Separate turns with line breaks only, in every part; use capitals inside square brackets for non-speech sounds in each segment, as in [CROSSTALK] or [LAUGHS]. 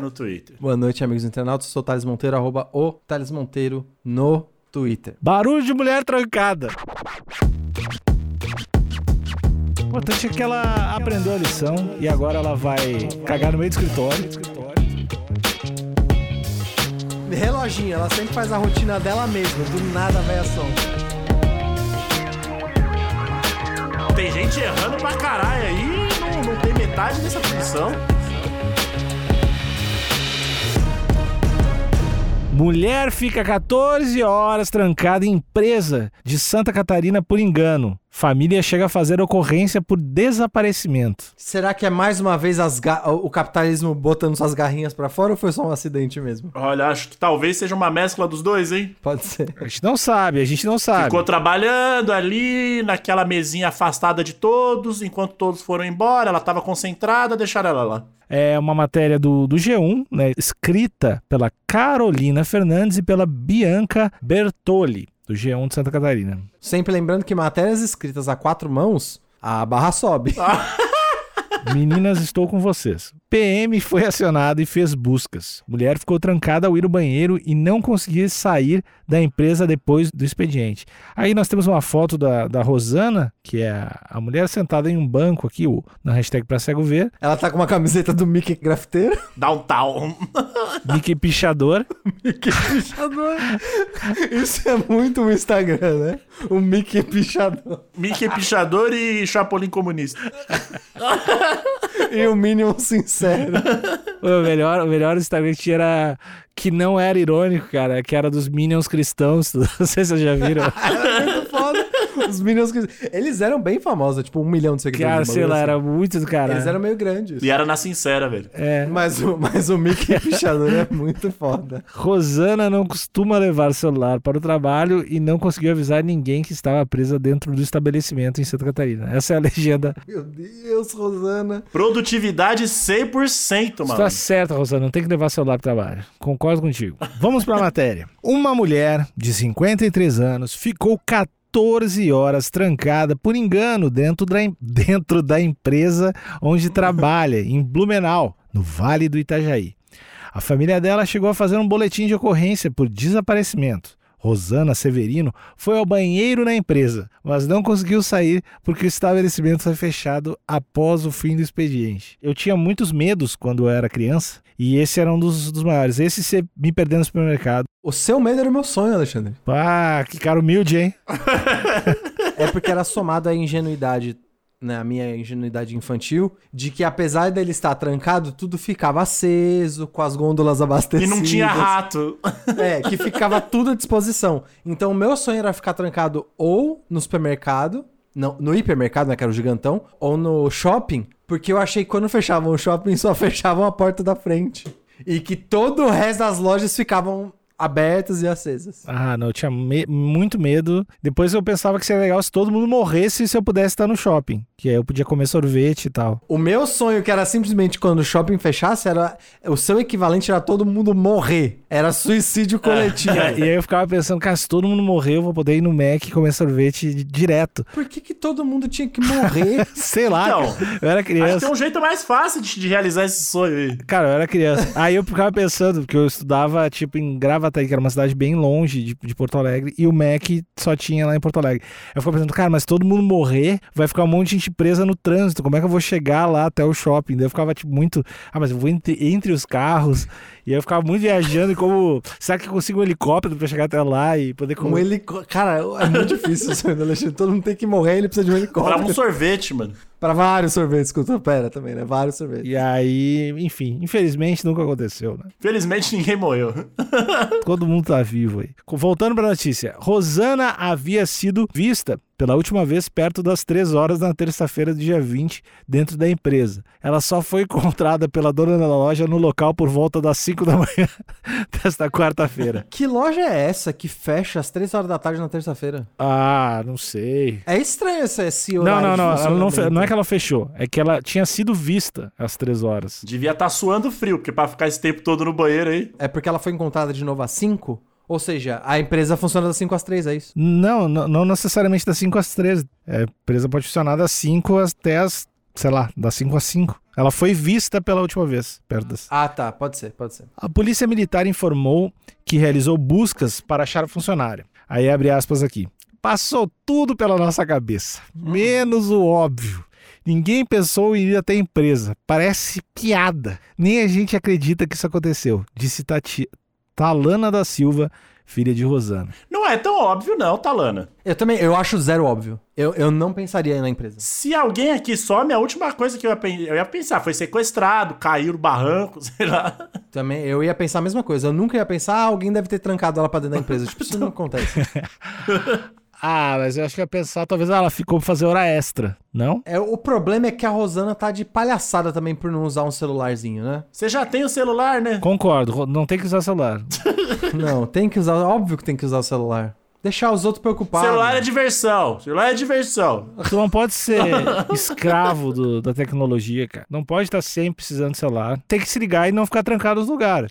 no Twitter.
Boa noite, amigos internautas. Eu sou o Thales Monteiro, arroba o Thales Monteiro no Twitter.
Barulho de mulher trancada. O importante é que ela aprendeu a lição e agora ela vai cagar no meio do escritório.
Reloginho, ela sempre faz a rotina dela mesma, do nada vai a som.
Tem gente errando pra caralho aí, não, não tem metade dessa função.
Mulher fica 14 horas trancada em empresa de Santa Catarina por engano. Família chega a fazer ocorrência por desaparecimento.
Será que é mais uma vez as ga- o capitalismo botando suas garrinhas pra fora ou foi só um acidente mesmo? [LAUGHS]
Olha, acho que talvez seja uma mescla dos dois, hein?
Pode ser.
A gente não sabe, a gente não sabe.
Ficou trabalhando ali naquela mesinha afastada de todos, enquanto todos foram embora, ela tava concentrada, deixaram ela lá.
É uma matéria do, do G1, né, escrita pela Carolina Fernandes e pela Bianca Bertoli, do G1 de Santa Catarina.
Sempre lembrando que matérias escritas a quatro mãos, a barra [LAUGHS] sobe.
Meninas, estou com vocês. PM foi acionado e fez buscas. Mulher ficou trancada ao ir ao banheiro e não conseguia sair da empresa depois do expediente. Aí nós temos uma foto da, da Rosana, que é a, a mulher sentada em um banco aqui, o- na hashtag pra cego ver,
Ela tá com uma camiseta do Mickey Grafiteiro.
Downtown. [LAUGHS]
Mickey Pichador.
Pichador. [LAUGHS] Isso é muito um Instagram, né? O Mickey Pichador.
Mickey Pichador e Chapolin Comunista.
E o Minion Sincero.
O melhor, o melhor Instagram que tinha era que não era irônico, cara, que era dos Minions cristãos. [LAUGHS] Não sei se vocês já
[LAUGHS]
viram.
Era muito foda. Os Minions que... Eles eram bem famosos, tipo, um milhão de seguidores.
Cara,
um
ah, sei
bagulho
lá,
assim.
era muito do cara.
Eles eram meio grandes.
E era na sincera, velho.
É.
Mas o, mas o Mickey Pichador é muito foda.
Rosana não costuma levar celular para o trabalho e não conseguiu avisar ninguém que estava presa dentro do estabelecimento em Santa Catarina. Essa é a legenda.
Meu Deus, Rosana.
Produtividade 100%,
Você
mano.
tá certa, Rosana, não tem que levar celular para o trabalho. Concordo contigo. Vamos para a matéria. Uma mulher de 53 anos ficou 14 horas trancada por engano dentro da, em- dentro da empresa onde trabalha, em Blumenau, no Vale do Itajaí. A família dela chegou a fazer um boletim de ocorrência por desaparecimento. Rosana Severino foi ao banheiro na empresa, mas não conseguiu sair porque o estabelecimento foi fechado após o fim do expediente. Eu tinha muitos medos quando eu era criança e esse era um dos, dos maiores. Esse ser me perder no supermercado.
O seu medo era o meu sonho, Alexandre.
Ah, que cara humilde, hein?
É porque era somado à ingenuidade, né? A minha ingenuidade infantil, de que apesar dele estar trancado, tudo ficava aceso, com as gôndolas
E
abastecidas.
não tinha rato.
É, que ficava tudo à disposição. Então, o meu sonho era ficar trancado ou no supermercado, não, no hipermercado, né, que era o gigantão, ou no shopping, porque eu achei que quando fechavam o shopping, só [LAUGHS] fechavam a porta da frente. E que todo o resto das lojas ficavam abertas e acesas.
Ah, não, eu tinha me- muito medo. Depois eu pensava que seria legal se todo mundo morresse e se eu pudesse estar no shopping, que aí eu podia comer sorvete e tal.
O meu sonho, que era simplesmente quando o shopping fechasse, era o seu equivalente era todo mundo morrer. Era suicídio coletivo.
É. [LAUGHS] E aí eu ficava pensando, cara, se todo mundo morrer, eu vou poder ir no Mac e comer sorvete di- direto.
Por que, que todo mundo tinha que morrer?
Sei lá,
Então,
cara. eu era
Acho que tem
criança.
um jeito mais fácil de, de realizar esse sonho aí.
Cara, eu era criança. Aí eu ficava pensando, porque eu estudava, tipo, em Gravataí, que era uma cidade bem longe de, de Porto Alegre, e o Mac só tinha lá em Porto Alegre. Eu ficava pensando, cara, mas se todo mundo morrer, vai ficar um monte de gente presa no trânsito. Como é que eu vou chegar lá até o shopping? Daí eu ficava, tipo, muito. Ah, mas eu vou entre, entre os carros. E aí eu ficava muito viajando, e como. Será que eu consigo um helicóptero pra chegar até lá e poder
Com um
comer?
helicóptero. Cara, é muito difícil o sonho do Alexandre. Todo mundo tem que morrer, ele precisa de um
Pra
helicóptero.
um sorvete, mano.
Pra vários sorvetes, que pera também, né? Vários sorvetes.
E aí, enfim, infelizmente nunca aconteceu, né?
Felizmente ninguém morreu.
Todo mundo tá vivo aí. Co- Voltando pra notícia. Rosana havia sido vista pela última vez perto das 3 horas na terça-feira, dia 20, dentro da empresa. Ela só foi encontrada pela dona da loja no local por volta das 5 da [LAUGHS] manhã desta quarta-feira.
Que loja é essa que fecha às 3 horas da tarde na terça-feira?
Ah, não sei.
É estranho essa, esse
Não,
horário
não,
de
não. Ela não, fe-
funcionamento.
não é que ela fechou. É que ela tinha sido vista às 3 horas.
Devia estar suando frio, porque pra ficar esse tempo todo no banheiro aí.
É porque ela foi encontrada de novo às 5? Ou seja, a empresa funciona das 5 às 3, é isso?
Não, não, não necessariamente das 5 às 13. A empresa pode funcionar das 5 até as, sei lá, das 5 às 5. Ela foi vista pela última vez, perto das...
Ah, tá, pode ser, pode ser.
A polícia militar informou que realizou buscas para achar o funcionário. Aí abre aspas aqui. Passou tudo pela nossa cabeça, menos o óbvio. Ninguém pensou em ir até a empresa. Parece piada. Nem a gente acredita que isso aconteceu, disse Tati... Talana da Silva, filha de Rosana.
Não é tão óbvio, não, Talana.
Eu também, eu acho zero óbvio. Eu, eu não pensaria na empresa.
Se alguém aqui some, a última coisa que eu ia, pen- eu ia pensar foi sequestrado, caiu no barranco, [LAUGHS] sei lá.
Também, eu ia pensar a mesma coisa. Eu nunca ia pensar, ah, alguém deve ter trancado ela pra dentro da empresa. tipo, [LAUGHS] isso não acontece.
Ah, mas eu acho que ia pensar, talvez ah, ela ficou pra fazer hora extra, não?
É, o problema é que a Rosana tá de palhaçada também por não usar um celularzinho, né?
Você já tem o celular, né?
Concordo, Ro- não tem que usar celular.
Não, tem que usar, óbvio que tem que usar o celular. Deixar os outros preocupados.
Celular é
[LAUGHS]
diversão. Celular é diversão.
Tu não pode ser escravo do- da tecnologia, cara. Não pode estar sempre precisando de celular. Tem que se ligar e não ficar trancado nos lugares.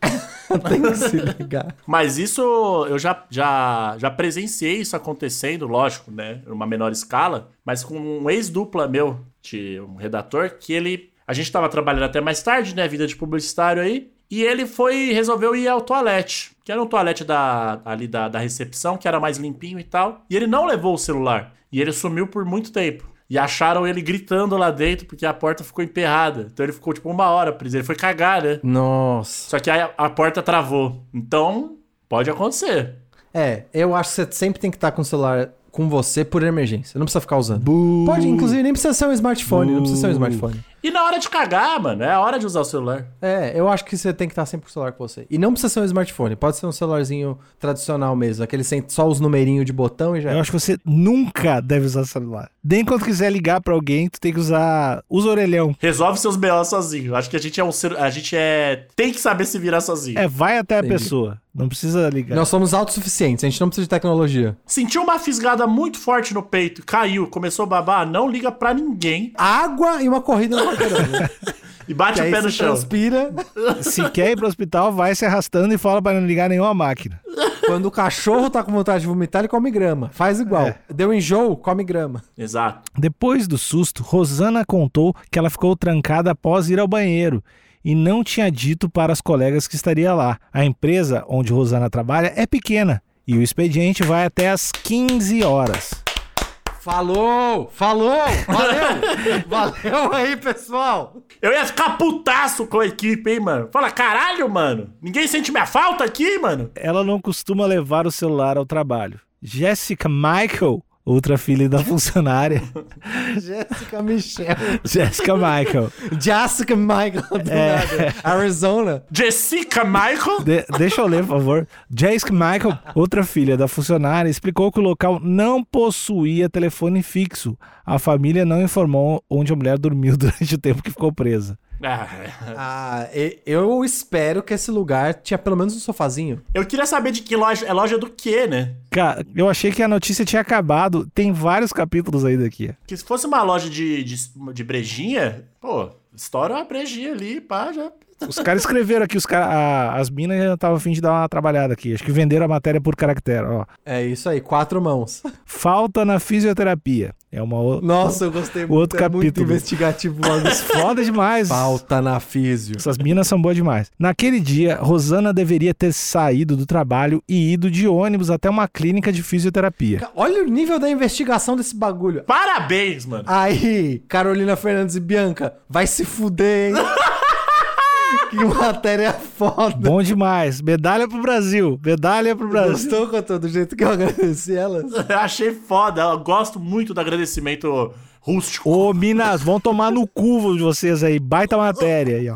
Tem que se ligar.
Mas isso eu já, já, já presenciei isso acontecendo, lógico, né? Numa menor escala, mas com um ex-dupla meu, de um redator, que ele. A gente tava trabalhando até mais tarde, né? Vida de publicitário aí. E ele foi, resolveu ir ao toalete, que era um toalete da, ali da, da recepção, que era mais limpinho e tal. E ele não levou o celular. E ele sumiu por muito tempo. E acharam ele gritando lá dentro, porque a porta ficou emperrada. Então ele ficou tipo uma hora preso. Ele foi cagar, né?
Nossa.
Só que aí a, a porta travou. Então, pode acontecer.
É, eu acho que você sempre tem que estar com o celular com você por emergência. Não precisa ficar usando. Pode, inclusive, nem precisa ser um smartphone. Não precisa ser um smartphone.
E na hora de cagar, mano, é a hora de usar o celular.
É, eu acho que você tem que estar sempre com o celular com você. E não precisa ser um smartphone. Pode ser um celularzinho tradicional mesmo. Aquele sem só os numerinhos de botão e já. é.
Eu acho que você nunca deve usar celular. Nem quando quiser ligar pra alguém, tu tem que usar. Usa orelhão.
Resolve seus B.O. sozinho. Acho que a gente é um ser. A gente é. Tem que saber se virar sozinho.
É, vai até a
Entendi.
pessoa. Não precisa ligar.
Nós somos autossuficientes, a gente não precisa de tecnologia.
Sentiu uma fisgada muito forte no peito, caiu, começou a babar, não liga pra ninguém
Água e uma corrida no quarteirão.
e bate
Que
o
aí
pé no
você
chão.
transpira.
Se quer ir pro hospital, vai se arrastando e fala pra não ligar nenhuma máquina.
Quando o cachorro tá com vontade de vomitar, ele come grama. Faz igual.
É.
Deu enjoo, come grama.
Exato.
Depois do susto, Rosana contou que ela ficou trancada após ir ao banheiro e não tinha dito para as colegas que estaria lá. A empresa onde Rosana trabalha é pequena e o expediente vai até às 15 horas.
Falou! Falou!
[LAUGHS]
Valeu! Valeu aí, pessoal!
Eu ia ficar putaço com a equipe, hein, mano. Fala, caralho, mano. Ninguém sente minha falta aqui, mano.
Ela não costuma levar o celular ao trabalho. Jessica Michael, outra filha da funcionária, [LAUGHS]
Jéssica Michelle.
Jessica Michael.
Jessica Michael do
É.
nada. Arizona.
Jessica
[LAUGHS]
Michael?
De- deixa eu ler, por favor. Jessica Michael, outra filha da funcionária, explicou que o local não possuía telefone fixo. A família não informou onde a mulher dormiu [LAUGHS] durante o tempo que ficou presa.
Ah,
Ah, e- eu espero que esse lugar tinha pelo menos um sofazinho.
eu queria saber de que loja. É loja do quê, né?
Cara, eu achei que a notícia tinha acabado. Tem vários capítulos ainda aqui.
Porque se fosse uma loja de, de, de brejinha, pô, estoura uma brejinha ali, pá, já.
Os caras escreveram aqui, os cara, a- as minas já estavam afim de dar uma trabalhada aqui. Acho que venderam a matéria por caractere, ó.
É isso aí, quatro mãos.
Falta na fisioterapia. É uma o-
Nossa, eu gostei muito.
outro
é muito
capítulo.
investigativo logo.
[LAUGHS]
foda demais.
Falta na físio.
Essas minas são boas demais. Naquele dia, Rosana deveria ter saído do trabalho e ido de ônibus até uma clínica de fisioterapia.
Ca- Olha o nível da investigação desse bagulho.
Parabéns, mano. [LAUGHS]
Aí, Carolina Fernandes e Bianca, vai se fuder, hein? [LAUGHS] que matéria foda.
Bom demais. Medalha pro Brasil. Medalha pro Brasil.
Gostou, Cotô, do jeito que eu agradeci elas?
Achei foda. Eu gosto muito do agradecimento rústico.
Ô, Minas, vão tomar no cu de vocês aí. Baita matéria aí, ó.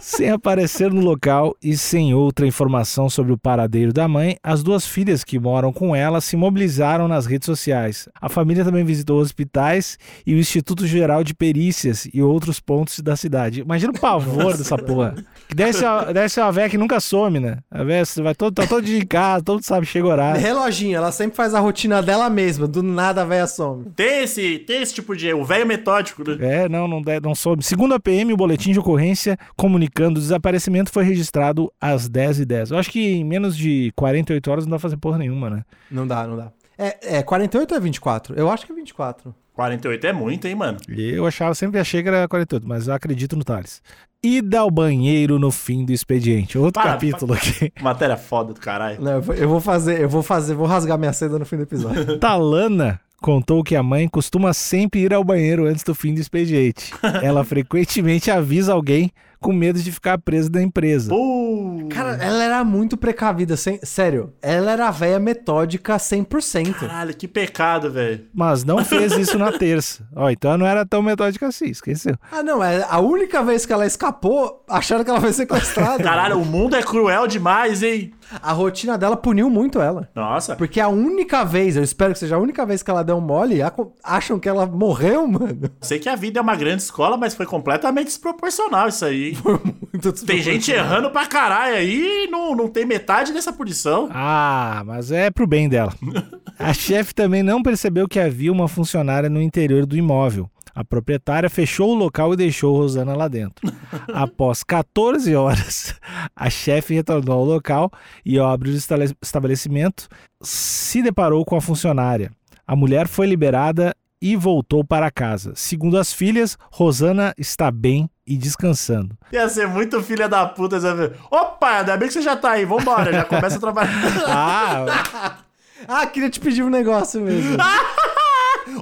Sem aparecer no local e sem outra informação sobre o paradeiro da mãe, as duas filhas que moram com ela se mobilizaram nas redes sociais. A família também visitou hospitais e o Instituto Geral de Perícias e outros pontos da cidade. Imagina o pavor dessa porra. Que deve ser uma- deve ser uma véia que nunca some, né? A véia você vai todo, tá todo dia em casa, todo mundo sabe, chega o
Ah.
horário.
Reloginho, ela sempre faz a rotina dela mesma, do nada a véia some.
Tem esse, tem esse tipo de. O velho metódico, né?
É, não, não, de- não soube. Segundo a PM, o boletim de ocorrência comunicando o desaparecimento foi registrado às 10h10. Eu acho que em menos de 48 horas não dá pra fazer porra nenhuma, né?
Não dá, não dá. É, é 48 ou é 24? Eu acho que é 24.
48 é muito, hein, mano?
E Eu achava, sempre achei que era 48, mas eu acredito no Thales. Ida ao banheiro no fim do expediente. Outro
Para,
capítulo aqui.
Matéria foda do caralho.
Não, eu vou- eu vou fazer, eu vou fazer, vou rasgar minha seda no fim do [LAUGHS] episódio.
Talana contou que a mãe costuma sempre ir ao banheiro antes do fim do expediente.
[LAUGHS]
Ela frequentemente avisa alguém com medo de ficar preso da empresa.
Uh,
Cara, ela era muito precavida, sem- sério. Ela era a véia metódica 100%.
caralho, que pecado, velho.
Mas não fez isso na terça. Ó, então ela não era tão metódica assim, esqueceu.
Ah, não, é a única vez que ela escapou, acharam que ela foi sequestrada.
Caralho, o mundo é cruel demais, hein?
A rotina dela puniu muito ela.
Nossa.
Porque a única vez, eu espero que seja a única vez que ela deu um mole, a- acham que ela morreu, mano. [LAUGHS]
Sei que a vida é uma grande escola, mas foi completamente desproporcional isso aí. hein?
Foi muito
Tem gente errando pra caralho aí e não, não tem metade dessa punição.
Ah, mas é pro bem dela. A chefe também não percebeu que havia uma funcionária no interior do imóvel. A proprietária fechou o local e deixou Rosana lá dentro. Após 14 horas, a chefe retornou ao local e, ao abrir o estale- estabelecimento, se deparou com a funcionária. A mulher foi liberada e voltou para casa. Segundo as filhas, Rosana está bem e descansando.
Ia ser muito filha da puta. Sabe? Opa, ainda bem que você já tá aí, vambora, já começa a trabalhar.
Ah,
Ah, queria te pedir um negócio mesmo.
[LAUGHS] Ah!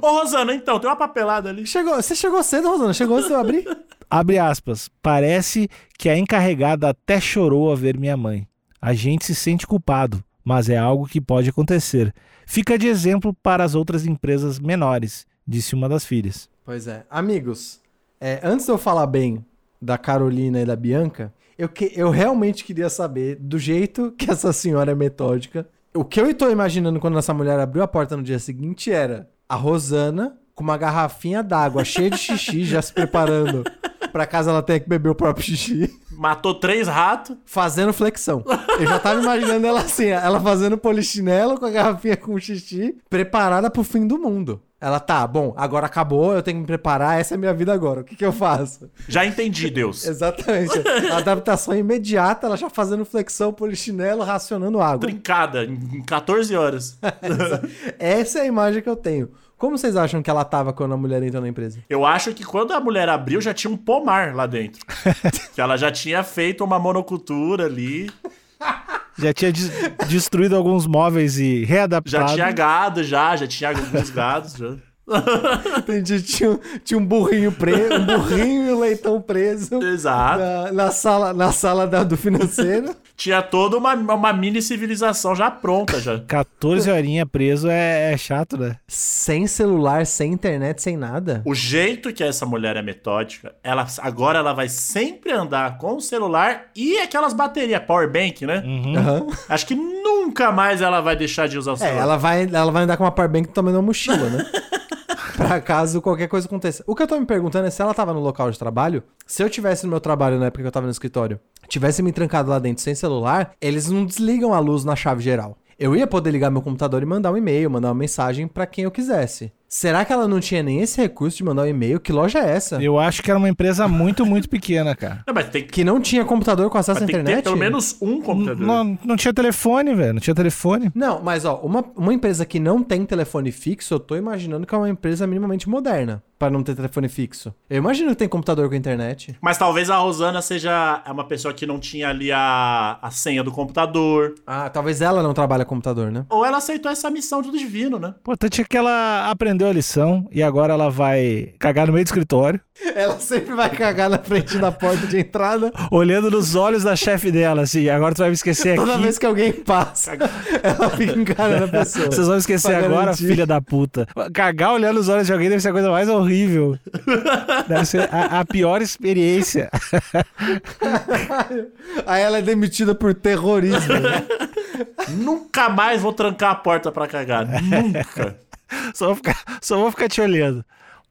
Ô, Rosana, então, tem uma papelada ali.
Chegou, você chegou cedo, Rosana? Chegou antes de eu abrir?
Abre aspas. Parece que a encarregada até chorou ao ver minha mãe. A gente se sente culpado, mas é algo que pode acontecer. Fica de exemplo para as outras empresas menores, disse uma das filhas.
Pois é. Amigos, é, antes de eu falar bem da Carolina e da Bianca, eu, que, eu realmente queria saber, do jeito que essa senhora é metódica, o que eu estou imaginando quando essa mulher abriu a porta no dia seguinte era a Rosana com uma garrafinha d'água cheia de xixi, já se preparando pra caso ela tenha que beber o próprio xixi,
Matou três ratos.
fazendo flexão. Eu já tava imaginando ela assim, ela fazendo polichinelo com a garrafinha com xixi, preparada pro fim do mundo. Ela tá, bom, agora acabou, eu tenho que me preparar, essa é a minha vida agora, o que, que eu faço? [LAUGHS]
Já entendi, Deus.
Exatamente. Adaptação imediata, ela já fazendo flexão, polichinelo, racionando água.
Trincada, em em 14 horas.
Essa é a imagem que eu tenho. Como vocês acham que ela tava quando a mulher entrou na empresa?
Eu acho que quando a mulher abriu, já tinha um pomar lá [LAUGHS] dentro. que ela já tinha feito uma monocultura ali.
Já tinha des- [LAUGHS] destruído alguns móveis e
Já
readaptado.
tinha gado, já. Já tinha alguns gados. Já.
Entendi, tinha, um- tinha um burrinho preso, um burrinho e um
[LAUGHS]
leitão preso.
Exato.
Na, na sala, na sala da- do financeiro.
Tinha toda uma, uma mini civilização já pronta, já.
14 horinha preso é, é chato, né?
Sem celular, sem internet, sem nada.
O jeito que essa mulher é metódica, ela agora ela vai sempre andar com o celular e aquelas baterias power bank, né?
Aham.
Acho que nunca mais ela vai deixar de usar o
É,
celular.
ela vai, ela vai andar com uma power bank também na
[LAUGHS]
mochila, né? pra caso qualquer coisa aconteça. O que eu tô me perguntando é se ela tava no local de trabalho, se eu tivesse no meu trabalho na época que eu tava no escritório, tivesse me trancado lá dentro sem celular, eles não desligam a luz na chave geral. Eu ia poder ligar meu computador e mandar um e-mail, mandar uma mensagem pra quem eu quisesse. Será que ela não tinha nem esse recurso de mandar um e-mail? Que loja é essa?
Eu acho que era uma empresa muito, muito pequena, cara.
Não, mas tem, que-
Que não tinha computador com acesso
mas
à
tem que
internet?
ter pelo menos um computador.
Não, não tinha telefone, velho. Não tinha telefone.
Não, mas ó, uma, uma empresa que não tem telefone fixo, eu tô imaginando que é uma empresa minimamente moderna pra não ter telefone fixo. Eu imagino que tem computador com internet.
Mas talvez a Rosana seja uma pessoa que não tinha ali a, a senha do computador.
Ah, talvez ela não trabalhe com computador, né?
Ou ela aceitou essa missão do divino, né?
Importante é que ela aprendeu a lição e agora ela vai cagar no meio do escritório,
[LAUGHS] Ela sempre vai cagar na frente da porta de entrada
olhando nos olhos da chefe dela, assim, agora tu vai me esquecer aqui.
toda vez que alguém passa. Ela fica encarando a pessoa.
Vocês vão esquecer
Pra
agora,
garantir.
filha da puta. Cagar olhando os olhos de alguém deve ser a coisa mais horrível. Deve ser a, a pior
[LAUGHS]
experiência.
Aí ela é demitida por terrorismo.
Nunca mais vou trancar a porta pra cagar. Nunca.
Só vou ficar, só vou ficar te olhando.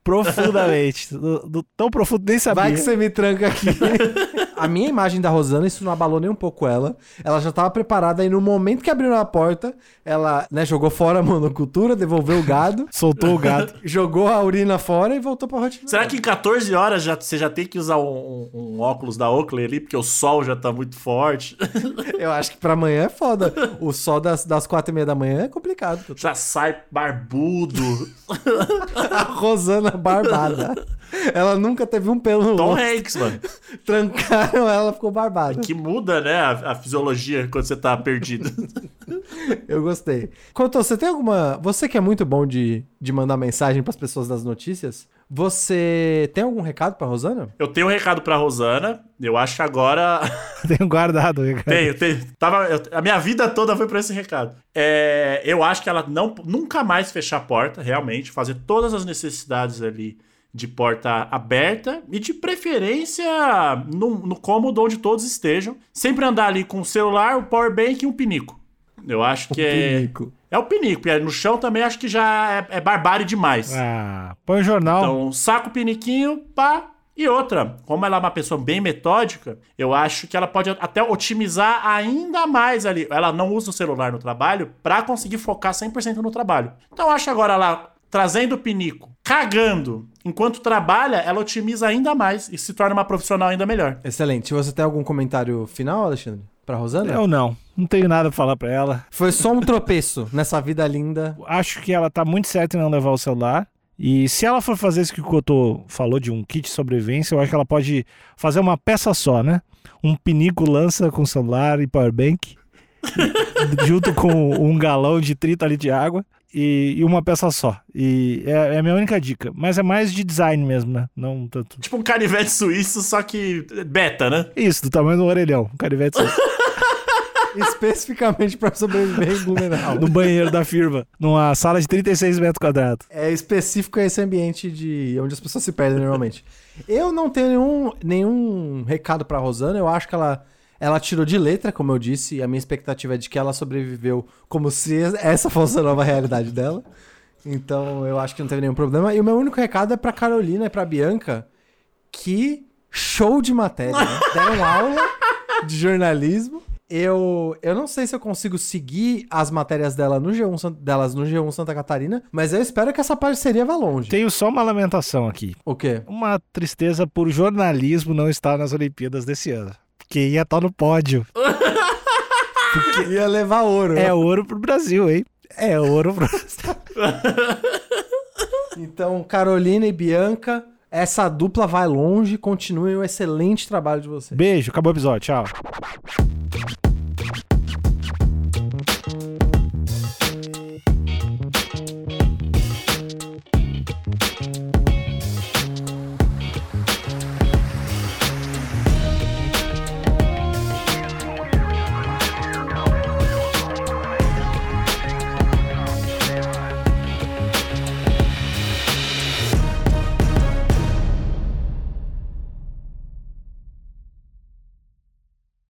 Profundamente. Do- do- tão profundo, nem sabia.
Vai que você me tranca aqui. [LAUGHS] a minha imagem da Rosana, isso não abalou nem um pouco ela. Ela já tava preparada e no momento que abriram a porta, ela né, jogou fora a monocultura, devolveu o gado,
Soltou o
[LAUGHS]
gato.
jogou a urina fora e voltou pra rotina.
Será que em 14 horas já, você já tem que usar um, um- um óculos da Oakley ali, porque o sol já tá muito forte? [LAUGHS]
Eu acho que pra amanhã é foda. O sol das, das quatro e meia da manhã é complicado.
Já sai barbudo.
A Rosana barbada. Ela nunca teve um pelo no
Tom
rosto.
Hanks, mano.
Trancaram ela, ficou barbada.
Que muda, né, a, a fisiologia quando você tá perdido.
Eu gostei. Couto, você tem alguma. Você que é muito bom de, de mandar mensagem pras pessoas das notícias, você tem algum recado pra Rosana?
Eu tenho um recado pra Rosana. Eu acho que agora
Tenho guardado.
Tenho, tenho. Tava, eu- a minha vida toda foi pra esse recado. É, eu acho que ela não, nunca mais fechar a porta, realmente, fazer todas as necessidades ali de porta aberta e de preferência no, no cômodo onde todos estejam. Sempre andar ali com o celular, o power bank e um pinico. Eu acho que é,
Um Pinico.
é o pinico. E aí no chão também acho que já é, é barbárie demais.
Ah, põe o jornal.
Então, saca o piniquinho, pá. E outra, como ela é uma pessoa bem metódica, eu acho que ela pode até otimizar ainda mais ali. Ela não usa o celular no trabalho pra conseguir focar 100% no trabalho. Então, eu acho agora ela trazendo o pinico, cagando, enquanto trabalha, ela otimiza ainda mais e se torna uma profissional ainda melhor.
Excelente. Você tem algum comentário final, Alexandre? Pra Rosana?
É
Eu não. Não tenho nada pra falar pra ela.
Foi só um tropeço nessa vida linda. [LAUGHS]
Acho que ela tá muito certa em não levar o celular. E se ela for fazer isso que o Cotô falou de um kit de sobrevivência, eu acho que ela pode fazer uma peça só, né? Um pinico lança com celular e powerbank, [LAUGHS] e- junto com um galão de 30 litros de água e, e uma peça só. E é, é a minha única dica. Mas é mais de design mesmo, né? Não tanto.
Tipo um canivete suíço, só que beta, né?
Isso, do tamanho do orelhão, um carivete só,
especificamente pra sobreviver em Blumenau.
no banheiro da firma, numa sala de 36 metros quadrados.
É específico a esse ambiente de onde as pessoas se perdem normalmente. Eu não tenho nenhum, nenhum recado pra Rosana, eu acho que ela ela tirou de letra, como eu disse, e a minha expectativa é de que ela sobreviveu como se essa fosse a nova realidade dela. Então, eu acho que não teve nenhum problema. E o meu único recado é pra Carolina e pra Bianca que show de matéria. Né? Deram aula de jornalismo. Eu, eu não sei se eu consigo seguir as matérias dela no G1, San- delas no G1 Santa Catarina, mas eu espero que essa parceria vá longe.
Tenho só uma lamentação aqui.
O quê?
uma tristeza por jornalismo não estar nas Olimpíadas desse ano. Porque ia estar no pódio.
Porque ia levar ouro.
É ouro pro Brasil, hein? É ouro pro
Então, Carolina e Bianca, essa dupla vai longe. Continuem o excelente trabalho de vocês.
Beijo, acabou o episódio, tchau.